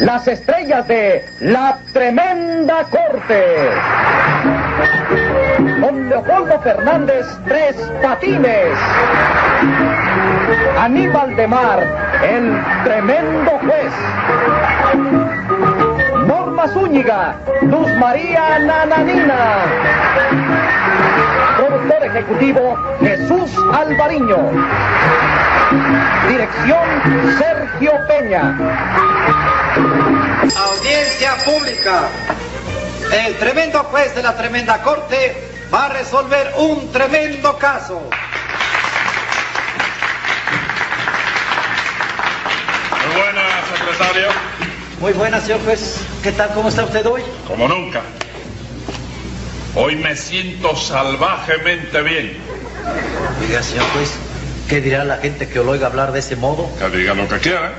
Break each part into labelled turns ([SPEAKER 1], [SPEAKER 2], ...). [SPEAKER 1] las estrellas de La Tremenda Corte. Don Leopoldo Fernández Tres Patines. Aníbal de Mar, el tremendo juez. Norma Zúñiga, Luz María Nananina. Productor ejecutivo Jesús Alvariño. Dirección Sergio Peña.
[SPEAKER 2] Audiencia pública. El tremendo juez de la tremenda corte va a resolver un tremendo caso.
[SPEAKER 3] Muy buenas, secretario.
[SPEAKER 2] Muy buenas, señor juez. ¿Qué tal? ¿Cómo está usted hoy?
[SPEAKER 3] Como nunca. Hoy me siento salvajemente bien.
[SPEAKER 2] Diga, señor juez, ¿qué dirá la gente que lo oiga hablar de ese modo?
[SPEAKER 3] Que diga lo que quiera.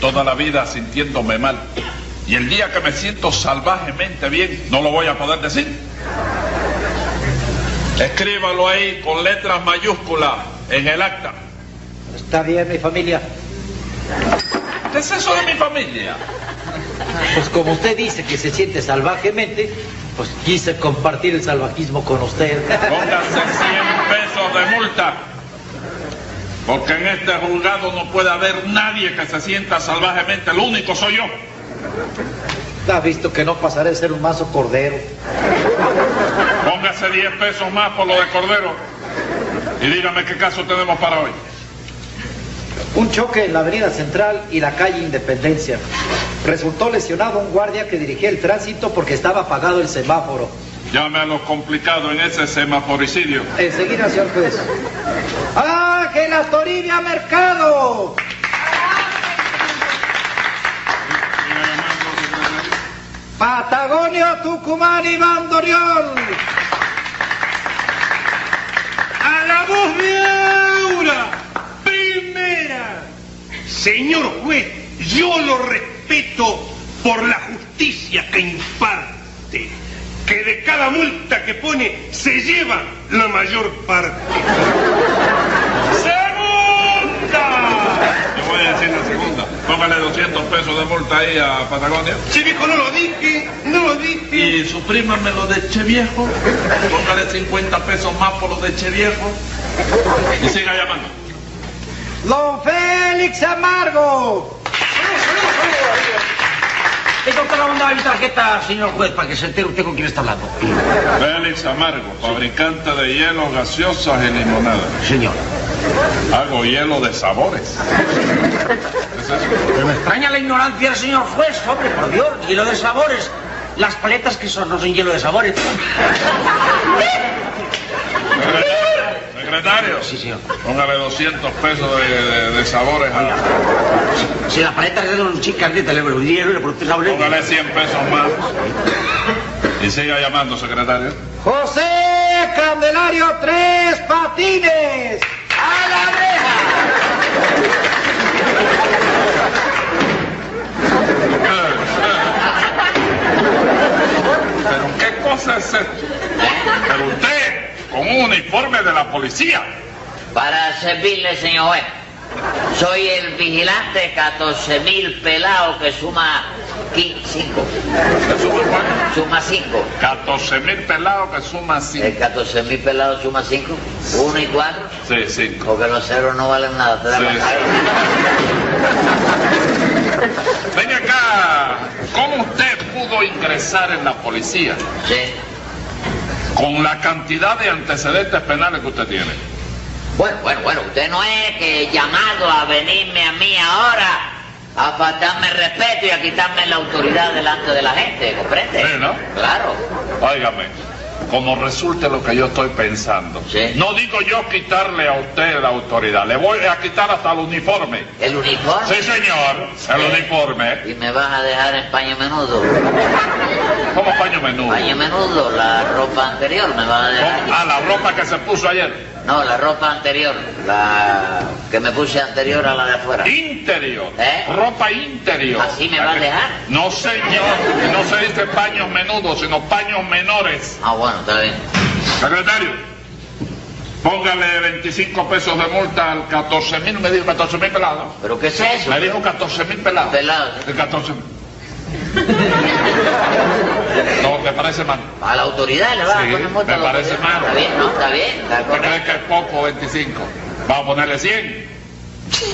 [SPEAKER 3] Toda la vida sintiéndome mal. Y el día que me siento salvajemente bien, no lo voy a poder decir. Escríbalo ahí con letras mayúsculas en el acta.
[SPEAKER 2] Está bien, mi familia.
[SPEAKER 3] ¿Qué es eso de mi familia?
[SPEAKER 2] Pues como usted dice que se siente salvajemente, pues quise compartir el salvajismo con usted.
[SPEAKER 3] Póngase 100 pesos de multa. Porque en este juzgado no puede haber nadie que se sienta salvajemente. El único soy yo.
[SPEAKER 2] Ha visto que no pasaré de ser un mazo cordero.
[SPEAKER 3] Póngase 10 pesos más por lo de cordero. Y dígame qué caso tenemos para hoy.
[SPEAKER 2] Un choque en la avenida central y la calle Independencia. Resultó lesionado un guardia que dirigía el tránsito porque estaba apagado el semáforo.
[SPEAKER 3] Llame a lo complicado en ese semaforicidio.
[SPEAKER 2] Enseguida, señor juez. ¡Ángela Toribia Mercado! Patagonio Tucumán y Bandorión.
[SPEAKER 4] A la voz de Aura, primera. Señor juez, yo lo respeto por la justicia que imparte, que de cada multa que pone se lleva la mayor parte. ¡Segunda!
[SPEAKER 3] Yo voy a decir la segunda. Póngale 200 pesos de multa ahí a Patagonia.
[SPEAKER 4] Che viejo, no lo dije, no lo dije.
[SPEAKER 3] Y suprímame lo de Che Viejo. Póngale 50 pesos más por lo de Che Viejo. Y siga llamando.
[SPEAKER 2] Don Félix Amargo.
[SPEAKER 5] Le la mandaba mi tarjeta, señor juez, para que se entere usted con quién está hablando.
[SPEAKER 3] Félix Amargo, fabricante de hielos gaseosas y limonadas.
[SPEAKER 5] Señor.
[SPEAKER 3] Hago hielo de sabores. ¿Qué es eso?
[SPEAKER 5] Pero me extraña la ignorancia del señor juez, hombre, por Dios. Hielo de sabores. Las paletas que son no son hielo de sabores.
[SPEAKER 3] Secretario, Secretario,
[SPEAKER 5] Sí, señor.
[SPEAKER 3] póngale 200 pesos de, de- de sabores. al-
[SPEAKER 5] Si las paletas que son chicas de teléfono, hielo le produce sabores.
[SPEAKER 3] Póngale 100 pesos más. Y siga llamando, secretario.
[SPEAKER 2] José Candelario Tres Patines.
[SPEAKER 5] ¡A la reja!
[SPEAKER 3] Pero qué cosa es esto. Pero usted, con un uniforme de la policía.
[SPEAKER 6] Para servirle, señor juez. Soy el vigilante 14.000 pelado que suma 5.
[SPEAKER 3] ¿Usted suma cuánto?
[SPEAKER 6] Suma 5.
[SPEAKER 3] 14 mil pelados que suma 5.
[SPEAKER 6] El 14.000 pelado suma 5. 1 y 4.
[SPEAKER 3] Sí, 5.
[SPEAKER 6] Porque los ceros no valen nada. Te da
[SPEAKER 3] Sí,
[SPEAKER 6] la
[SPEAKER 3] sí.
[SPEAKER 6] cara.
[SPEAKER 3] Venga acá. ¿Cómo usted pudo ingresar en la policía
[SPEAKER 6] Sí.
[SPEAKER 3] con la cantidad de antecedentes penales que usted tiene?
[SPEAKER 6] Bueno, bueno, bueno. Usted no es que llamado a venirme a mí ahora a faltarme el respeto y a quitarme la autoridad delante de la gente. ¿Comprende?
[SPEAKER 3] Sí, ¿no?
[SPEAKER 6] Claro.
[SPEAKER 3] Óigame, como resulte lo que yo estoy pensando,
[SPEAKER 6] Sí.
[SPEAKER 3] no digo yo quitarle a usted la autoridad, le voy a quitar hasta el uniforme.
[SPEAKER 6] El uniforme.
[SPEAKER 3] Sí, señor, el uniforme.
[SPEAKER 6] Y me vas a dejar en paño menudo.
[SPEAKER 3] Como paño menudo.
[SPEAKER 6] Ay, a menudo la ropa anterior me va a dejar.
[SPEAKER 3] Con- A la ropa que se puso ayer.
[SPEAKER 6] No, la ropa anterior, la que me puse anterior a la de afuera.
[SPEAKER 3] Interior.
[SPEAKER 6] ¿Eh?
[SPEAKER 3] Ropa interior.
[SPEAKER 6] ¿Así me va a dejar?
[SPEAKER 3] No, señor. No se dice paños menudos, sino paños menores.
[SPEAKER 6] Ah, bueno, está bien.
[SPEAKER 3] Secretario, Póngale 25 pesos de multa al 14 mil, me dijo 14 mil pelados.
[SPEAKER 6] ¿Pero qué es eso?
[SPEAKER 3] Me dijo 14 mil pelados.
[SPEAKER 6] Pelados. ¿eh?
[SPEAKER 3] El 14 No, me parece mal.
[SPEAKER 6] A la autoridad le va
[SPEAKER 3] Sí,
[SPEAKER 6] a poner multa. a
[SPEAKER 3] me
[SPEAKER 6] la
[SPEAKER 3] parece
[SPEAKER 6] autoridad.
[SPEAKER 3] malo.
[SPEAKER 6] Está bien, no, está bien. Está
[SPEAKER 3] ¿Usted cree
[SPEAKER 6] correcto.
[SPEAKER 3] que es poco 25? Vamos a ponerle 100.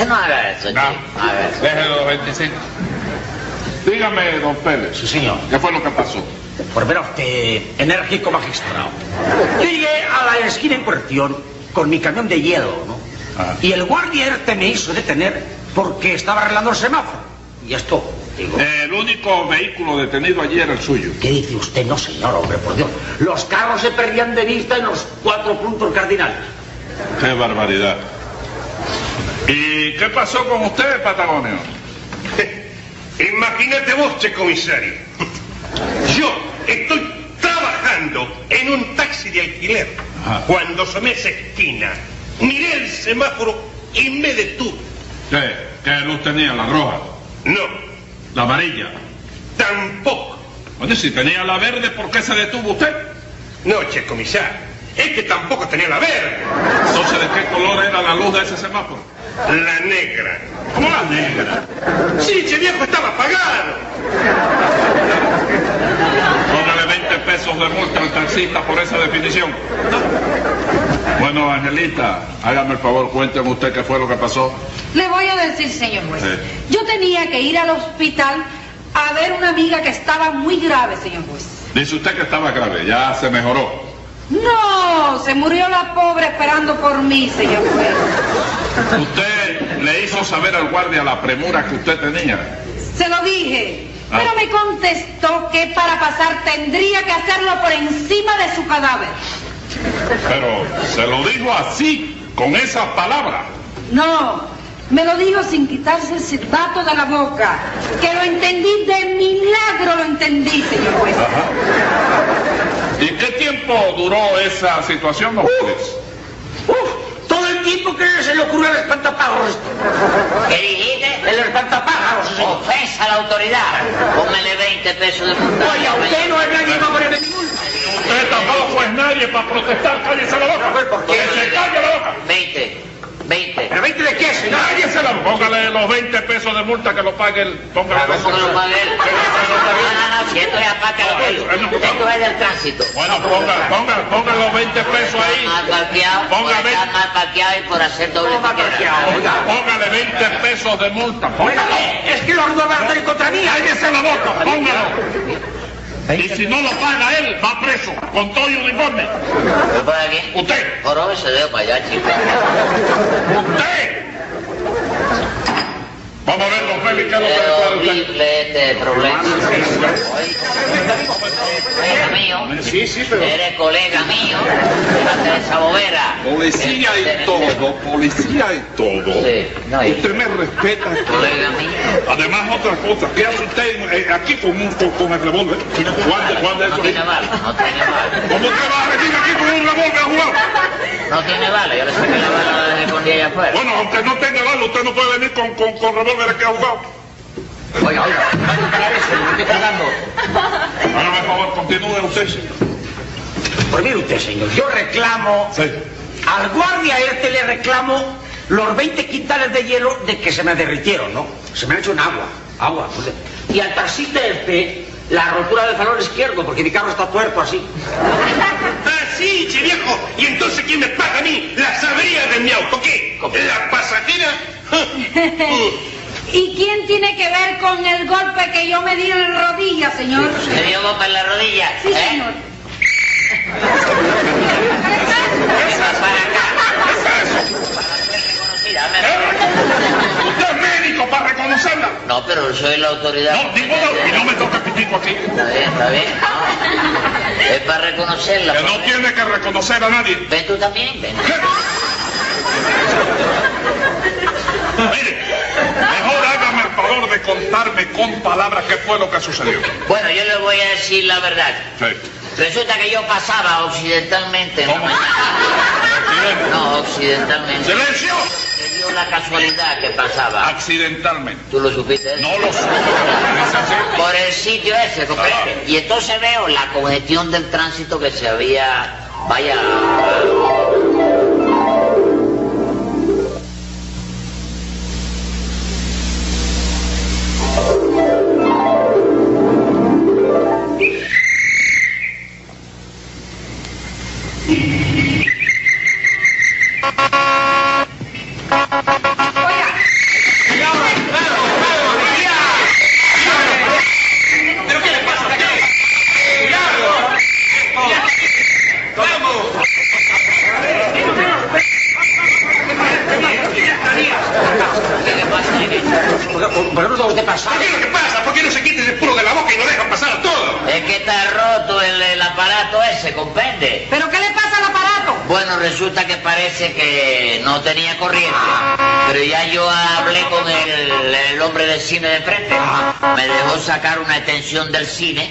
[SPEAKER 6] No haga eso,
[SPEAKER 3] No,
[SPEAKER 6] chico. No haga eso.
[SPEAKER 3] déjelo los 25. Dígame, don Pérez,
[SPEAKER 5] Sí, señor.
[SPEAKER 3] ¿qué fue lo que pasó?
[SPEAKER 5] Por ver a usted, enérgico magistrado. Yo llegué a la esquina en cuestión con mi camión de hielo, ¿no?
[SPEAKER 3] Ah.
[SPEAKER 5] Y el guardia este me hizo detener porque estaba arreglando el semáforo. Y esto, digo,
[SPEAKER 3] El único vehículo detenido allí era el suyo.
[SPEAKER 5] ¿qué dice usted? No, señor, hombre, por Dios. Los carros se perdían de vista en los cuatro puntos cardinales.
[SPEAKER 3] Qué barbaridad. ¿Y qué pasó con usted, Patagonio?
[SPEAKER 4] Imagínate vos, che comisario. Yo estoy trabajando en un taxi de alquiler.
[SPEAKER 3] Ajá.
[SPEAKER 4] Cuando asomé a esa esquina, miré el semáforo y me detuve.
[SPEAKER 3] ¿Qué? ¿Qué luz tenía? ¿La roja?
[SPEAKER 4] No,
[SPEAKER 3] ¿La amarilla?
[SPEAKER 4] tampoco.
[SPEAKER 3] Bueno, si tenía la verde, ¿por qué se detuvo usted?
[SPEAKER 4] No, che comisario. Es que tampoco tenía la verde.
[SPEAKER 3] Entonces, ¿de qué color era la luz de ese semáforo?
[SPEAKER 4] La negra.
[SPEAKER 3] ¿Cómo la negra?
[SPEAKER 4] Sí, che viejo estaba apagado.
[SPEAKER 3] Póngale 20 pesos de multa al taxista por esa definición. Bueno, Angelita, hágame el favor, cuénteme usted qué fue lo que pasó.
[SPEAKER 7] Le voy a decir, señor juez.
[SPEAKER 3] Sí.
[SPEAKER 7] Yo tenía que ir al hospital a ver una amiga que estaba muy grave, señor juez.
[SPEAKER 3] Dice usted que estaba grave, ya se mejoró.
[SPEAKER 7] No, se murió la pobre esperando por mí, señor juez.
[SPEAKER 3] Usted le hizo saber al guardia la premura que usted tenía.
[SPEAKER 7] Se lo dije.
[SPEAKER 3] Ah.
[SPEAKER 7] Pero me contestó que para pasar tendría que hacerlo por encima de su cadáver.
[SPEAKER 3] Pero se lo dijo así, con esas palabras.
[SPEAKER 7] No, me lo dijo sin quitarse ese dato de la boca. Que lo entendí de milagro, lo entendí, señor juez.
[SPEAKER 3] Ajá. ¿Y qué tiempo duró esa situación, don Félix?
[SPEAKER 5] ¡Uf! Todo el tiempo que se le ocurrió al espantapájaros. este.
[SPEAKER 6] ¿Qué dijiste?
[SPEAKER 5] El espantapájaros, sí, señor.
[SPEAKER 6] Ofensa a la autoridad. Póngale 20 pesos de multa.
[SPEAKER 5] Oiga, usted no es nadie para ponerme mi multa.
[SPEAKER 3] Usted tampoco es nadie para protestar, cállese la boca.
[SPEAKER 5] Pero, ¿por qué?
[SPEAKER 3] Que se calle la boca.
[SPEAKER 6] 20. 20.
[SPEAKER 5] ¿Pero 20 de qué, señor?
[SPEAKER 3] Cállese la boca. Póngale los 20 pesos de multa que lo pague el. Póngale los
[SPEAKER 6] Vamos con lo pague él. Ah, No, no, no, si esto es aparte al vuelo.
[SPEAKER 3] Ah, no, no.
[SPEAKER 6] Esto es del tránsito.
[SPEAKER 3] Bueno, ponga, ponga, ponga los 20 pesos
[SPEAKER 6] Está
[SPEAKER 5] Ah,
[SPEAKER 3] ahí.
[SPEAKER 6] mal parqueado, por
[SPEAKER 3] Póngame.
[SPEAKER 6] estar mal parqueado y por hacer doble
[SPEAKER 5] No va a parquear,
[SPEAKER 6] parqueado.
[SPEAKER 5] oiga.
[SPEAKER 3] Póngale 20 pesos de multa.
[SPEAKER 8] pues.
[SPEAKER 5] Oiga,
[SPEAKER 3] Póngalo.
[SPEAKER 5] es que los dos van a estar contra mí.
[SPEAKER 3] Cállese la boca, póngalo. Y si no lo paga él, va preso, con todo y uniforme.
[SPEAKER 6] ¿Me pone aquí?
[SPEAKER 3] Usted,
[SPEAKER 6] Jorobe se dedo para allá, chico.
[SPEAKER 3] usted. Vamos a ver, don Félix, ¿qué es lo que
[SPEAKER 6] Qué
[SPEAKER 3] le cuadra a usted?
[SPEAKER 6] horrible este problema. Colega mío.
[SPEAKER 4] Sí, sí,
[SPEAKER 6] Eres colega mío. Déjate de esa bobera.
[SPEAKER 8] Policía
[SPEAKER 6] Este,
[SPEAKER 8] y todo, policía y todo.
[SPEAKER 6] Sí, no, y-
[SPEAKER 8] Usted me respeta.
[SPEAKER 6] Colega mío.
[SPEAKER 8] Además, otra cosa, ¿qué hace usted eh, aquí con, un, con, con el revólver? ¿Cuándo, cuándo
[SPEAKER 6] No
[SPEAKER 8] eso?
[SPEAKER 6] tiene bala, no tiene bala.
[SPEAKER 8] ¿Cómo usted va a venir aquí con un revólver a jugar?
[SPEAKER 6] No tiene bala, yo le saqué la bala, la dejé con ella afuera.
[SPEAKER 8] Bueno, aunque no tenga bala, usted no puede venir con, con, con revólver aquí a jugar.
[SPEAKER 5] Oiga, oiga, me estoy dando.
[SPEAKER 3] Hágame el favor, continúe usted.
[SPEAKER 5] Pues mire usted, señor, yo reclamo.
[SPEAKER 3] Sí.
[SPEAKER 5] Al guardia este le reclamo los 20 quintales de hielo de que se me derritieron, ¿no? Se me ha hecho un agua, agua. pues, Y al taxista este, la rotura del talón izquierdo, porque mi carro está tuerto así.
[SPEAKER 4] Ah, sí, che viejo. ¿Y entonces quién me paga a mí las averías de mi auto? ¿Qué?
[SPEAKER 6] ¿Cómo?
[SPEAKER 4] ¿La pasajera?
[SPEAKER 7] ¿Y quién tiene que ver con el golpe que yo me di en la rodilla, señor?
[SPEAKER 6] ¿Te dio golpe en la rodilla?
[SPEAKER 7] Sí,
[SPEAKER 6] ¿eh?
[SPEAKER 7] señor.
[SPEAKER 6] Venga para acá. Para ser reconocida, dame la mano.
[SPEAKER 3] Usted es médico para reconocerla.
[SPEAKER 6] No, pero soy la autoridad.
[SPEAKER 3] No, ni modo, y no me toca pitico aquí.
[SPEAKER 6] Está bien, está bien. no. Es para reconocerla.
[SPEAKER 3] Que no
[SPEAKER 6] porque-
[SPEAKER 3] tiene que reconocer a nadie.
[SPEAKER 6] Ven tú también, ven.
[SPEAKER 3] Mire, mejor hágame el favor de contarme con palabras qué fue lo que sucedió.
[SPEAKER 6] Bueno, yo le voy a decir la verdad.
[SPEAKER 3] Sí.
[SPEAKER 6] Resulta que yo pasaba occidentalmente en la
[SPEAKER 3] ¿Cómo?
[SPEAKER 6] mañana.
[SPEAKER 3] Silencio.
[SPEAKER 6] No, occidentalmente.
[SPEAKER 3] ¡Silencio!
[SPEAKER 6] Se dio la casualidad que pasaba.
[SPEAKER 3] Accidentalmente.
[SPEAKER 6] ¿Tú lo supiste? eso?
[SPEAKER 3] Ah, No lo supe. ¿Es así?
[SPEAKER 6] Por el sitio ese,
[SPEAKER 3] Ah.
[SPEAKER 6] comprende. Y entonces veo la congestión del tránsito que se había, vaya,
[SPEAKER 4] ¿Qué es lo que pasa? ¿Por qué no se quitan el puro de la boca y no dejan pasar a todos?
[SPEAKER 6] Es que está roto el, el aparato ese, comprende.
[SPEAKER 7] ¿Pero qué le pasa al aparato?
[SPEAKER 6] Bueno, resulta que parece que no tenía corriente. Pero ya yo hablé con el, el hombre del cine de frente. Me dejó sacar una extensión del cine.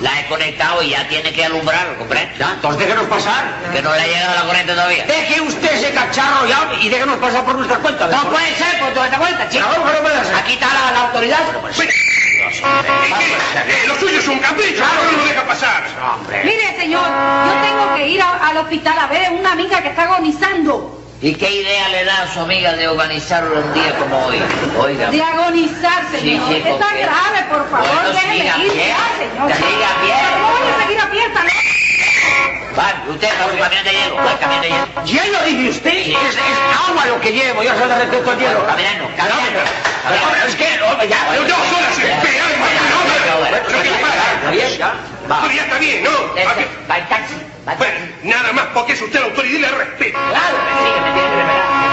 [SPEAKER 6] La he conectado y ya tiene que alumbrarlo, comprende.
[SPEAKER 5] Ya, entonces déjenos pasar.
[SPEAKER 6] Que no le ha llegado la corriente todavía.
[SPEAKER 5] Deje usted ese cacharro ya y déjenos pasar por nuestra cuenta.
[SPEAKER 6] No puede ser, pues, por tu cuenta, chico.
[SPEAKER 5] Claro que no puede ser.
[SPEAKER 6] Aquí está la, la autoridad.
[SPEAKER 4] Pero, ¿qué? Eh, lo suyo es un capricho, ¿por qué no deja pasar?
[SPEAKER 5] Hombre.
[SPEAKER 7] Mire, señor, yo tengo que ir a- al hospital a ver a una amiga que está agonizando.
[SPEAKER 6] ¿Y qué idea le da a su amiga de organizarlo un día como hoy? Oiga.
[SPEAKER 7] De agonizar,
[SPEAKER 6] Sí,
[SPEAKER 7] señor.
[SPEAKER 6] sí,
[SPEAKER 7] Está
[SPEAKER 6] porque-
[SPEAKER 7] grave, por favor,
[SPEAKER 6] Bueno,
[SPEAKER 7] déjeme
[SPEAKER 6] siga
[SPEAKER 7] ir
[SPEAKER 6] bien,
[SPEAKER 7] ya, señor.
[SPEAKER 6] siga bien.
[SPEAKER 7] No voy a seguir abierta, ¿no?
[SPEAKER 6] Vale, usted va su camión de hielo, va el camión de hielo.
[SPEAKER 5] Hielo, dije usted. Es, es agua lo que llevo. Yo solo respeto al hielo.
[SPEAKER 6] Caminando, caminando.
[SPEAKER 5] Pero es que, hombre, ya.
[SPEAKER 4] Pero no, sola se espera, no, no, no, no, ¿qué le pasa?
[SPEAKER 5] Está bien, ya.
[SPEAKER 4] Pero ya está bien, ¿no? ¿A qué?
[SPEAKER 6] Este, Va el taxi, va el
[SPEAKER 4] Bueno,
[SPEAKER 6] taxi.
[SPEAKER 4] nada más, porque es usted la autoridad y le respeto.
[SPEAKER 6] Claro que sí, que me tiene que revelar.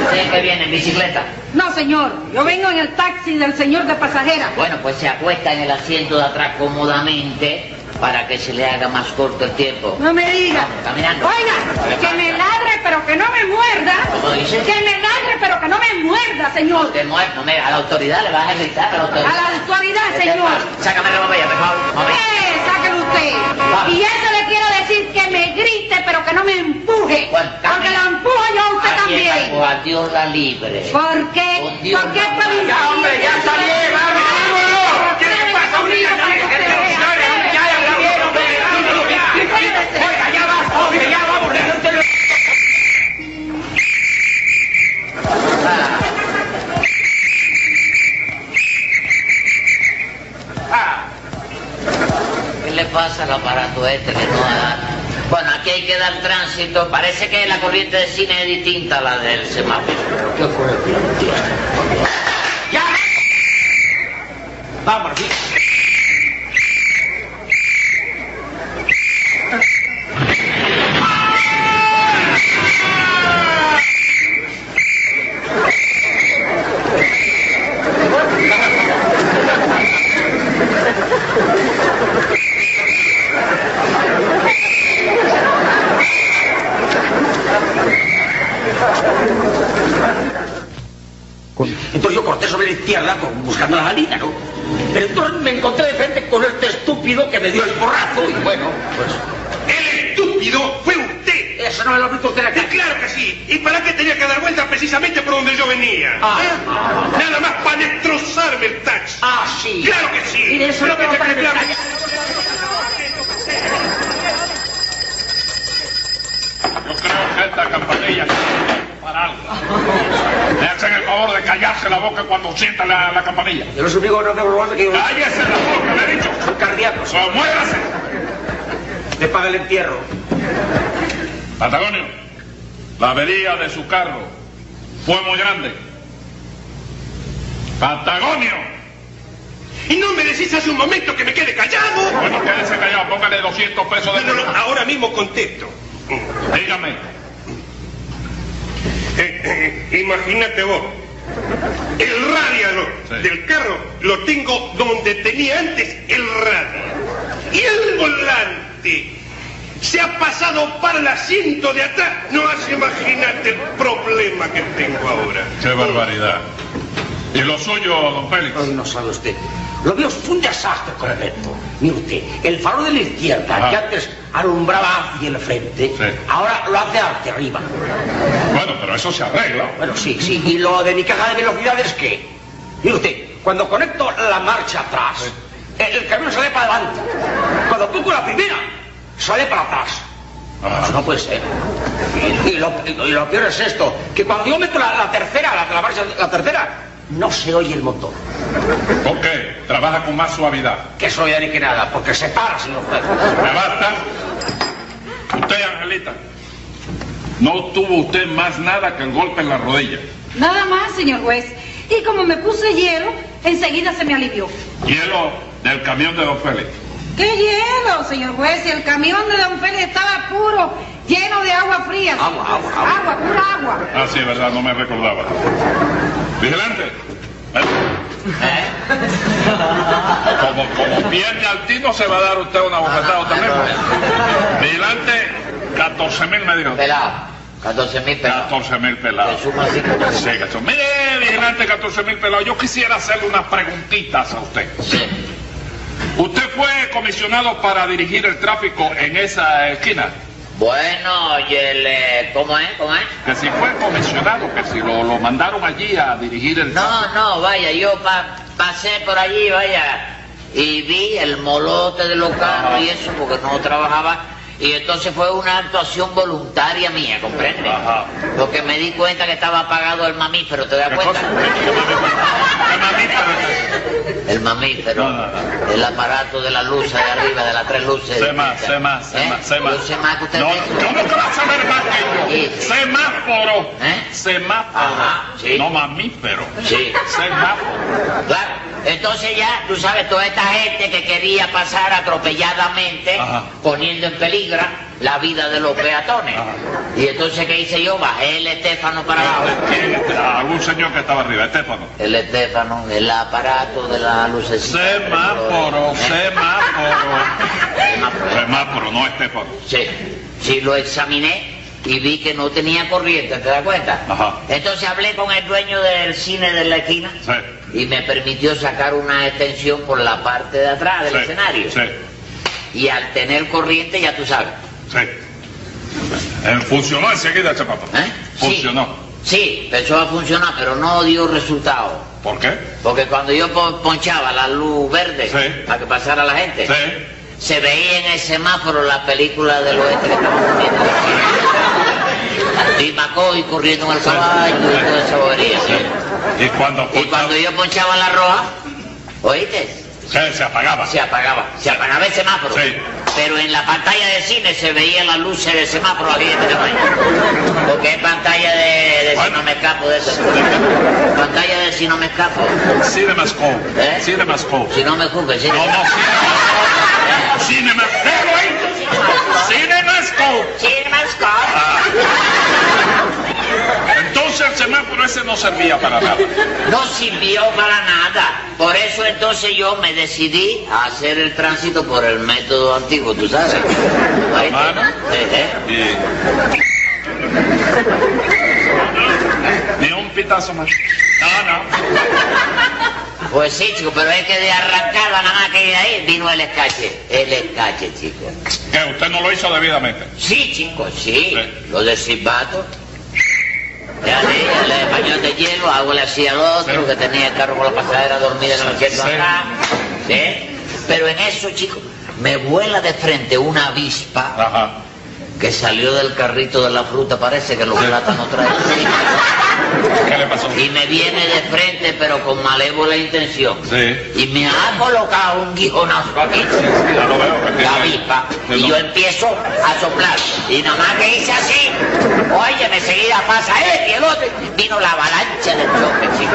[SPEAKER 6] Usted que viene en bicicleta.
[SPEAKER 7] No, señor. Yo vengo en el taxi del señor de pasajera.
[SPEAKER 6] Bueno, pues se acuesta en el asiento de atrás cómodamente para que se le haga más corto el tiempo.
[SPEAKER 7] No me diga.
[SPEAKER 6] Caminando.
[SPEAKER 7] Oiga, que me ladre, pero que no me muerda.
[SPEAKER 6] ¿Cómo dice?
[SPEAKER 7] Que me ladre, pero que no me muerda, señor.
[SPEAKER 6] Usted muerto, mira, a la autoridad le vas a gritar a la
[SPEAKER 7] A
[SPEAKER 6] autoridad.
[SPEAKER 7] la actualidad,
[SPEAKER 6] Este,
[SPEAKER 7] señor.
[SPEAKER 6] Sácame la botella, por favor. Momento.
[SPEAKER 7] ¡Eh! ¡Sáquelo usted!
[SPEAKER 6] Vamos.
[SPEAKER 7] Y eso le quiero decir que me grite, pero que no me empuje.
[SPEAKER 6] Bueno,
[SPEAKER 7] Porque
[SPEAKER 6] camine.
[SPEAKER 7] lo empujo yo a usted
[SPEAKER 6] Aquí está,
[SPEAKER 7] también.
[SPEAKER 6] pues, a Dios la libre.
[SPEAKER 7] ¿Por qué?
[SPEAKER 6] Con Dios,
[SPEAKER 7] ¿Por qué
[SPEAKER 6] no.
[SPEAKER 7] por
[SPEAKER 5] Ya, hombre, ya está bien, vamos, vámonos.
[SPEAKER 4] ¿Qué le pasa, ahorita?
[SPEAKER 5] Ya, ya, ya, bien, hombre. Oiga, ya va, hombre, ya vamos. déjate lo-
[SPEAKER 6] ¿Qué le pasa al aparato este que no da? Bueno, aquí hay que dar tránsito. Parece que la corriente de cine es distinta a la del semáforo. ¿Qué ocurre?
[SPEAKER 5] Ya. Vamos, sí. Entonces yo corté sobre la izquierda con- buscando la salida, ¿no? Pero entonces me encontré de frente con este estúpido que me dio el porrazo y bueno, pues
[SPEAKER 4] El estúpido fue usted.
[SPEAKER 5] eso no me lo aplicó usted
[SPEAKER 4] Sí,
[SPEAKER 5] acá.
[SPEAKER 4] claro que sí. ¿Y para qué tenía que dar vueltas precisamente por donde yo venía?
[SPEAKER 5] Ah.
[SPEAKER 4] ¿Eh? Nada más para destrozarme el taxi.
[SPEAKER 5] Ah, sí.
[SPEAKER 4] Claro que sí.
[SPEAKER 5] Mire, eso
[SPEAKER 4] Pero
[SPEAKER 5] no
[SPEAKER 4] que
[SPEAKER 5] me
[SPEAKER 4] te
[SPEAKER 5] lo aplicó
[SPEAKER 4] reclame.
[SPEAKER 3] Yo creo que esta campanilla tiene que pararla. Le hacen el favor de callarse la boca cuando sienta la, la campanilla.
[SPEAKER 5] Yo los amigos no tengo que yo
[SPEAKER 3] Cállese la boca, le he dicho.
[SPEAKER 5] soy cardíaco.
[SPEAKER 3] So, muévase.
[SPEAKER 5] Le paga el entierro.
[SPEAKER 3] Patagonio, la avería de su carro fue muy grande. Patagonio.
[SPEAKER 4] Y no me decís hace un momento que me quede callado.
[SPEAKER 3] Bueno, quédese callado, póngale 200 pesos de
[SPEAKER 4] No, no, no,
[SPEAKER 3] multa.
[SPEAKER 4] ahora mismo contesto.
[SPEAKER 3] Dígame,
[SPEAKER 4] Eh, eh, imagínate vos. El radiador
[SPEAKER 3] Sí.
[SPEAKER 4] del carro lo tengo donde tenía antes el radio. Y el volante se ha pasado para el asiento de atrás. No has imaginate el problema que tengo ahora.
[SPEAKER 3] qué barbaridad. ¿Y lo suyo, don Félix?
[SPEAKER 5] Ay, no sabe usted. Lo mío fue un desastre completo. Mire usted, el faro de la izquierda,
[SPEAKER 3] Ah.
[SPEAKER 5] que antes alumbraba hacia el frente,
[SPEAKER 3] Sí.
[SPEAKER 5] ahora lo hace hacia arriba.
[SPEAKER 3] Bueno, pero eso se arregla.
[SPEAKER 5] Bueno, sí, sí. ¿Y lo de mi caja de velocidades qué? Mire usted, cuando conecto la marcha atrás, el, el camión sale para adelante. Cuando pongo la primera, sale para atrás.
[SPEAKER 3] Ah.
[SPEAKER 5] Eso no puede ser. Y, y lo, y lo peor es esto, que cuando yo meto la, la tercera, la, la marcha, la tercera, no se oye el motor.
[SPEAKER 3] Ok, trabaja con más suavidad.
[SPEAKER 5] Que eso ya ni que nada, porque se para, señor juez.
[SPEAKER 3] ¿Me basta? Usted, Angelita, no tuvo usted más nada que el golpe en la rodilla.
[SPEAKER 7] Nada más, señor juez. Y como me puse hielo, enseguida se me alivió.
[SPEAKER 3] Hielo del camión de don Félix.
[SPEAKER 7] ¡Qué hielo, señor juez! Si el camión de don Félix estaba puro lleno de agua fría.
[SPEAKER 5] Agua, agua, agua.
[SPEAKER 7] pura agua.
[SPEAKER 3] Ah, sí, es verdad, no me recordaba. Vigilante. ¿eh? Como, como pierde al tino, se va a dar usted una bofetada también. pues. Vigilante, 14 mil me dijo.
[SPEAKER 6] Pelado. 14 mil pelados.
[SPEAKER 3] 14 mil pelados.
[SPEAKER 6] Le suma así 14.000.
[SPEAKER 3] Sí, cacho. Mire, vigilante, 14 mil pelados. Yo quisiera hacerle unas preguntitas a usted.
[SPEAKER 6] Sí.
[SPEAKER 3] ¿Usted fue comisionado para dirigir el tráfico en esa esquina?
[SPEAKER 6] Bueno, y el, eh, ¿cómo es? ¿Cómo es?
[SPEAKER 3] Que si fue comisionado, que si lo, lo mandaron allí a dirigir el tráfico.
[SPEAKER 6] No, no, vaya, yo pa- pasé por allí, vaya, y vi el molote de los carros y eso, porque no trabajaba. Y entonces fue una actuación voluntaria mía, ¿comprende?
[SPEAKER 3] Ajá.
[SPEAKER 6] Porque me di cuenta que estaba apagado el mamífero, ¿te das
[SPEAKER 3] ¿Qué
[SPEAKER 6] cuenta?
[SPEAKER 3] cosa? ¿Qué mamífero? ¿Qué mamífero es ese?
[SPEAKER 6] El mamífero,
[SPEAKER 3] No, no, no.
[SPEAKER 6] el aparato de la luz allá arriba, de las tres luces.
[SPEAKER 3] Sé más, sé más, sé
[SPEAKER 6] ¿Eh?
[SPEAKER 3] más, sé más.
[SPEAKER 6] Yo sé más que usted.
[SPEAKER 3] No,
[SPEAKER 6] de eso.
[SPEAKER 3] ¿Cómo que va a saber más que
[SPEAKER 6] Sí,
[SPEAKER 3] yo?
[SPEAKER 6] sí.
[SPEAKER 3] Semáforo.
[SPEAKER 6] ¿Eh? Ajá,
[SPEAKER 3] Semáforo.
[SPEAKER 6] sí.
[SPEAKER 3] No mamífero.
[SPEAKER 6] Sí.
[SPEAKER 3] Semáforo.
[SPEAKER 6] Claro, entonces ya, tú sabes, toda esta gente que quería pasar atropelladamente,
[SPEAKER 3] Ajá.
[SPEAKER 6] poniendo en peligro la vida de los peatones.
[SPEAKER 3] Ajá.
[SPEAKER 6] Y entonces, ¿qué hice yo? Bajé el estéfano para abajo.
[SPEAKER 3] ¿Quién es este? Ah, algún señor que estaba arriba, Estefano.
[SPEAKER 6] El estéfano, el aparato de la lucecita.
[SPEAKER 3] Semáforo,
[SPEAKER 6] ¿Eh?
[SPEAKER 3] semáforo.
[SPEAKER 6] Semáforo.
[SPEAKER 3] Semáforo, no Estefano.
[SPEAKER 6] Sí, sí, lo examiné y vi que no tenía corriente, ¿te das cuenta?
[SPEAKER 3] Ajá.
[SPEAKER 6] Entonces hablé con el dueño del cine de la esquina
[SPEAKER 3] Sí.
[SPEAKER 6] y me permitió sacar una extensión por la parte de atrás del
[SPEAKER 3] sí,
[SPEAKER 6] escenario.
[SPEAKER 3] Sí,
[SPEAKER 6] Y al tener corriente, ya tú sabes.
[SPEAKER 3] sí. Eh, funcionó enseguida, Chapato.
[SPEAKER 6] ¿eh?
[SPEAKER 3] Funcionó.
[SPEAKER 6] Sí, sí, empezó a funcionar, pero no dio resultado.
[SPEAKER 3] ¿Por qué?
[SPEAKER 6] Porque cuando yo pon- ponchaba la luz verde
[SPEAKER 3] Sí.
[SPEAKER 6] para que pasara la gente,
[SPEAKER 3] Sí.
[SPEAKER 6] se veía en el semáforo la película del oeste que estamos viendo. Y Macoy corriendo en el caballo y toda esa bobería.
[SPEAKER 3] Y cuando,
[SPEAKER 6] Y cuando yo ponchaba la roja, ¿oíste?
[SPEAKER 3] se, se apagaba.
[SPEAKER 6] Se apagaba, se apagaba el semáforo.
[SPEAKER 3] Sí.
[SPEAKER 6] Pero en la pantalla de cine se veía las luces del semáforo aquí de este tamaño. Porque es pantalla de, de si
[SPEAKER 3] Bueno.
[SPEAKER 6] no me escapo de eso. Pantalla de si no me escapo.
[SPEAKER 3] Cinemascope.
[SPEAKER 6] ¿Eh?
[SPEAKER 3] Cinemascope.
[SPEAKER 6] Si no me escupe, sí.
[SPEAKER 3] No, no, Cinemascope. Cinemascope. Déjalo ahí. Cinemascope.
[SPEAKER 6] Sí, me escapo.
[SPEAKER 3] Ah. Entonces el semáforo ese no servía para nada.
[SPEAKER 6] No sirvió para nada. Por eso entonces yo me decidí a hacer el tránsito por el método antiguo, tú sabes. ¿Oíste?
[SPEAKER 3] Mano.
[SPEAKER 6] Eh, eh.
[SPEAKER 3] Y- Ni un pitazo más. No, no.
[SPEAKER 6] Pues sí, chico, pero es que de arrancada nada más que de ahí vino el escache. El escache, chico.
[SPEAKER 3] Que usted no lo hizo debidamente.
[SPEAKER 6] Sí, chico, sí.
[SPEAKER 3] Sí.
[SPEAKER 6] Lo de silbato. Ya le el eh, pañol de hielo, hago le así al otro,
[SPEAKER 3] Sí.
[SPEAKER 6] que tenía el carro con la pasadera dormida en el asiento
[SPEAKER 3] Sí.
[SPEAKER 6] atrás. ¿Sí? Pero en eso, chico, me vuela de frente una avispa.
[SPEAKER 3] Ajá.
[SPEAKER 6] que salió del carrito de la fruta, parece que los plátanos traen.
[SPEAKER 3] ¿Qué le pasó?
[SPEAKER 6] Y me viene de frente, pero con malévola intención.
[SPEAKER 3] Sí.
[SPEAKER 6] Y me ha colocado un guijonazo aquí.
[SPEAKER 3] Ya lo veo. que tiene
[SPEAKER 6] La
[SPEAKER 3] ahí.
[SPEAKER 6] avispa.
[SPEAKER 3] Que
[SPEAKER 6] Y
[SPEAKER 3] no-
[SPEAKER 6] yo empiezo a soplar. Y nada más que hice así. Oye, me seguida pasa este y el otro. Vino la avalancha del choque, chico.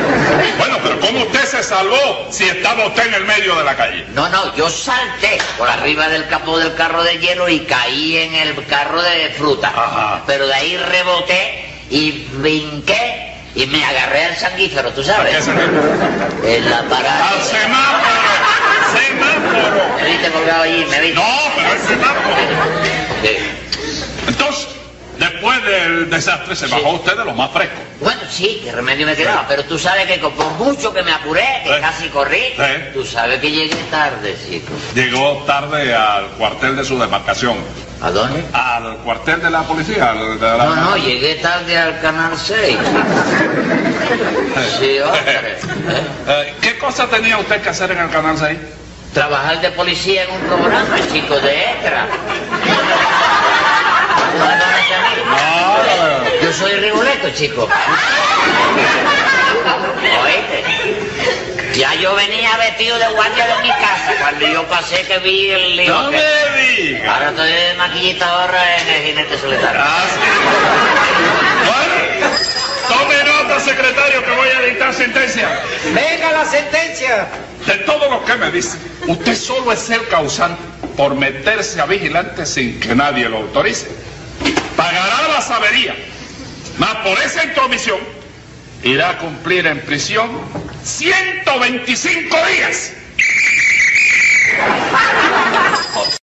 [SPEAKER 3] Bueno, pero ¿cómo usted se salvó si estaba usted en el medio de la calle?
[SPEAKER 6] No, no, yo salté por arriba del capó del carro de hielo y caí en el carro de fruta.
[SPEAKER 3] Ajá.
[SPEAKER 6] Pero de ahí reboté y brinqué y me agarré al sanguífero, ¿tú
[SPEAKER 3] ¿A qué Ah,
[SPEAKER 6] sabes?
[SPEAKER 3] se refiere?
[SPEAKER 6] En la
[SPEAKER 3] ¡Al
[SPEAKER 6] parada.
[SPEAKER 3] semáforo! ¡Semáforo!
[SPEAKER 6] Me viste colgado allí, me viste.
[SPEAKER 3] No, pero el semáforo.
[SPEAKER 6] Sí.
[SPEAKER 3] Entonces, después del desastre se bajó
[SPEAKER 6] Sí.
[SPEAKER 3] usted de lo más fresco.
[SPEAKER 6] Bueno, sí, que remedio me quedaba, pero tú sabes que con- por mucho que me apuré, que
[SPEAKER 3] Sí.
[SPEAKER 6] casi corrí,
[SPEAKER 3] Sí.
[SPEAKER 6] tú sabes que llegué tarde, chico.
[SPEAKER 3] Llegó tarde al cuartel de su demarcación.
[SPEAKER 6] ¿A dónde?
[SPEAKER 3] Al cuartel de la policía. al- de la-
[SPEAKER 6] No, no, llegué tarde al Canal 6. Sí, hombre. ¿eh?
[SPEAKER 3] Eh, ¿Qué cosa tenía usted que hacer en el canal 6?
[SPEAKER 6] Trabajar de policía en un programa, chico, de extra.
[SPEAKER 3] No.
[SPEAKER 6] Yo soy Rigoletto, chico. ¿Oíste? Ya yo venía vestido de guardia de mi casa cuando yo pasé que vi el lío.
[SPEAKER 3] ¡No
[SPEAKER 6] que-
[SPEAKER 3] me diga!
[SPEAKER 6] Ahora estoy de maquillita ahora en el jinete solitario.
[SPEAKER 3] Ah, sí. Bueno, tome nota, secretario, que voy a dictar sentencia.
[SPEAKER 2] Venga la sentencia.
[SPEAKER 3] De todo lo que me dice, usted solo es el causante por meterse a vigilante sin que nadie lo autorice. pagará la sabería, mas por esa intromisión irá a cumplir en prisión 125 días.
[SPEAKER 7] ¡Para!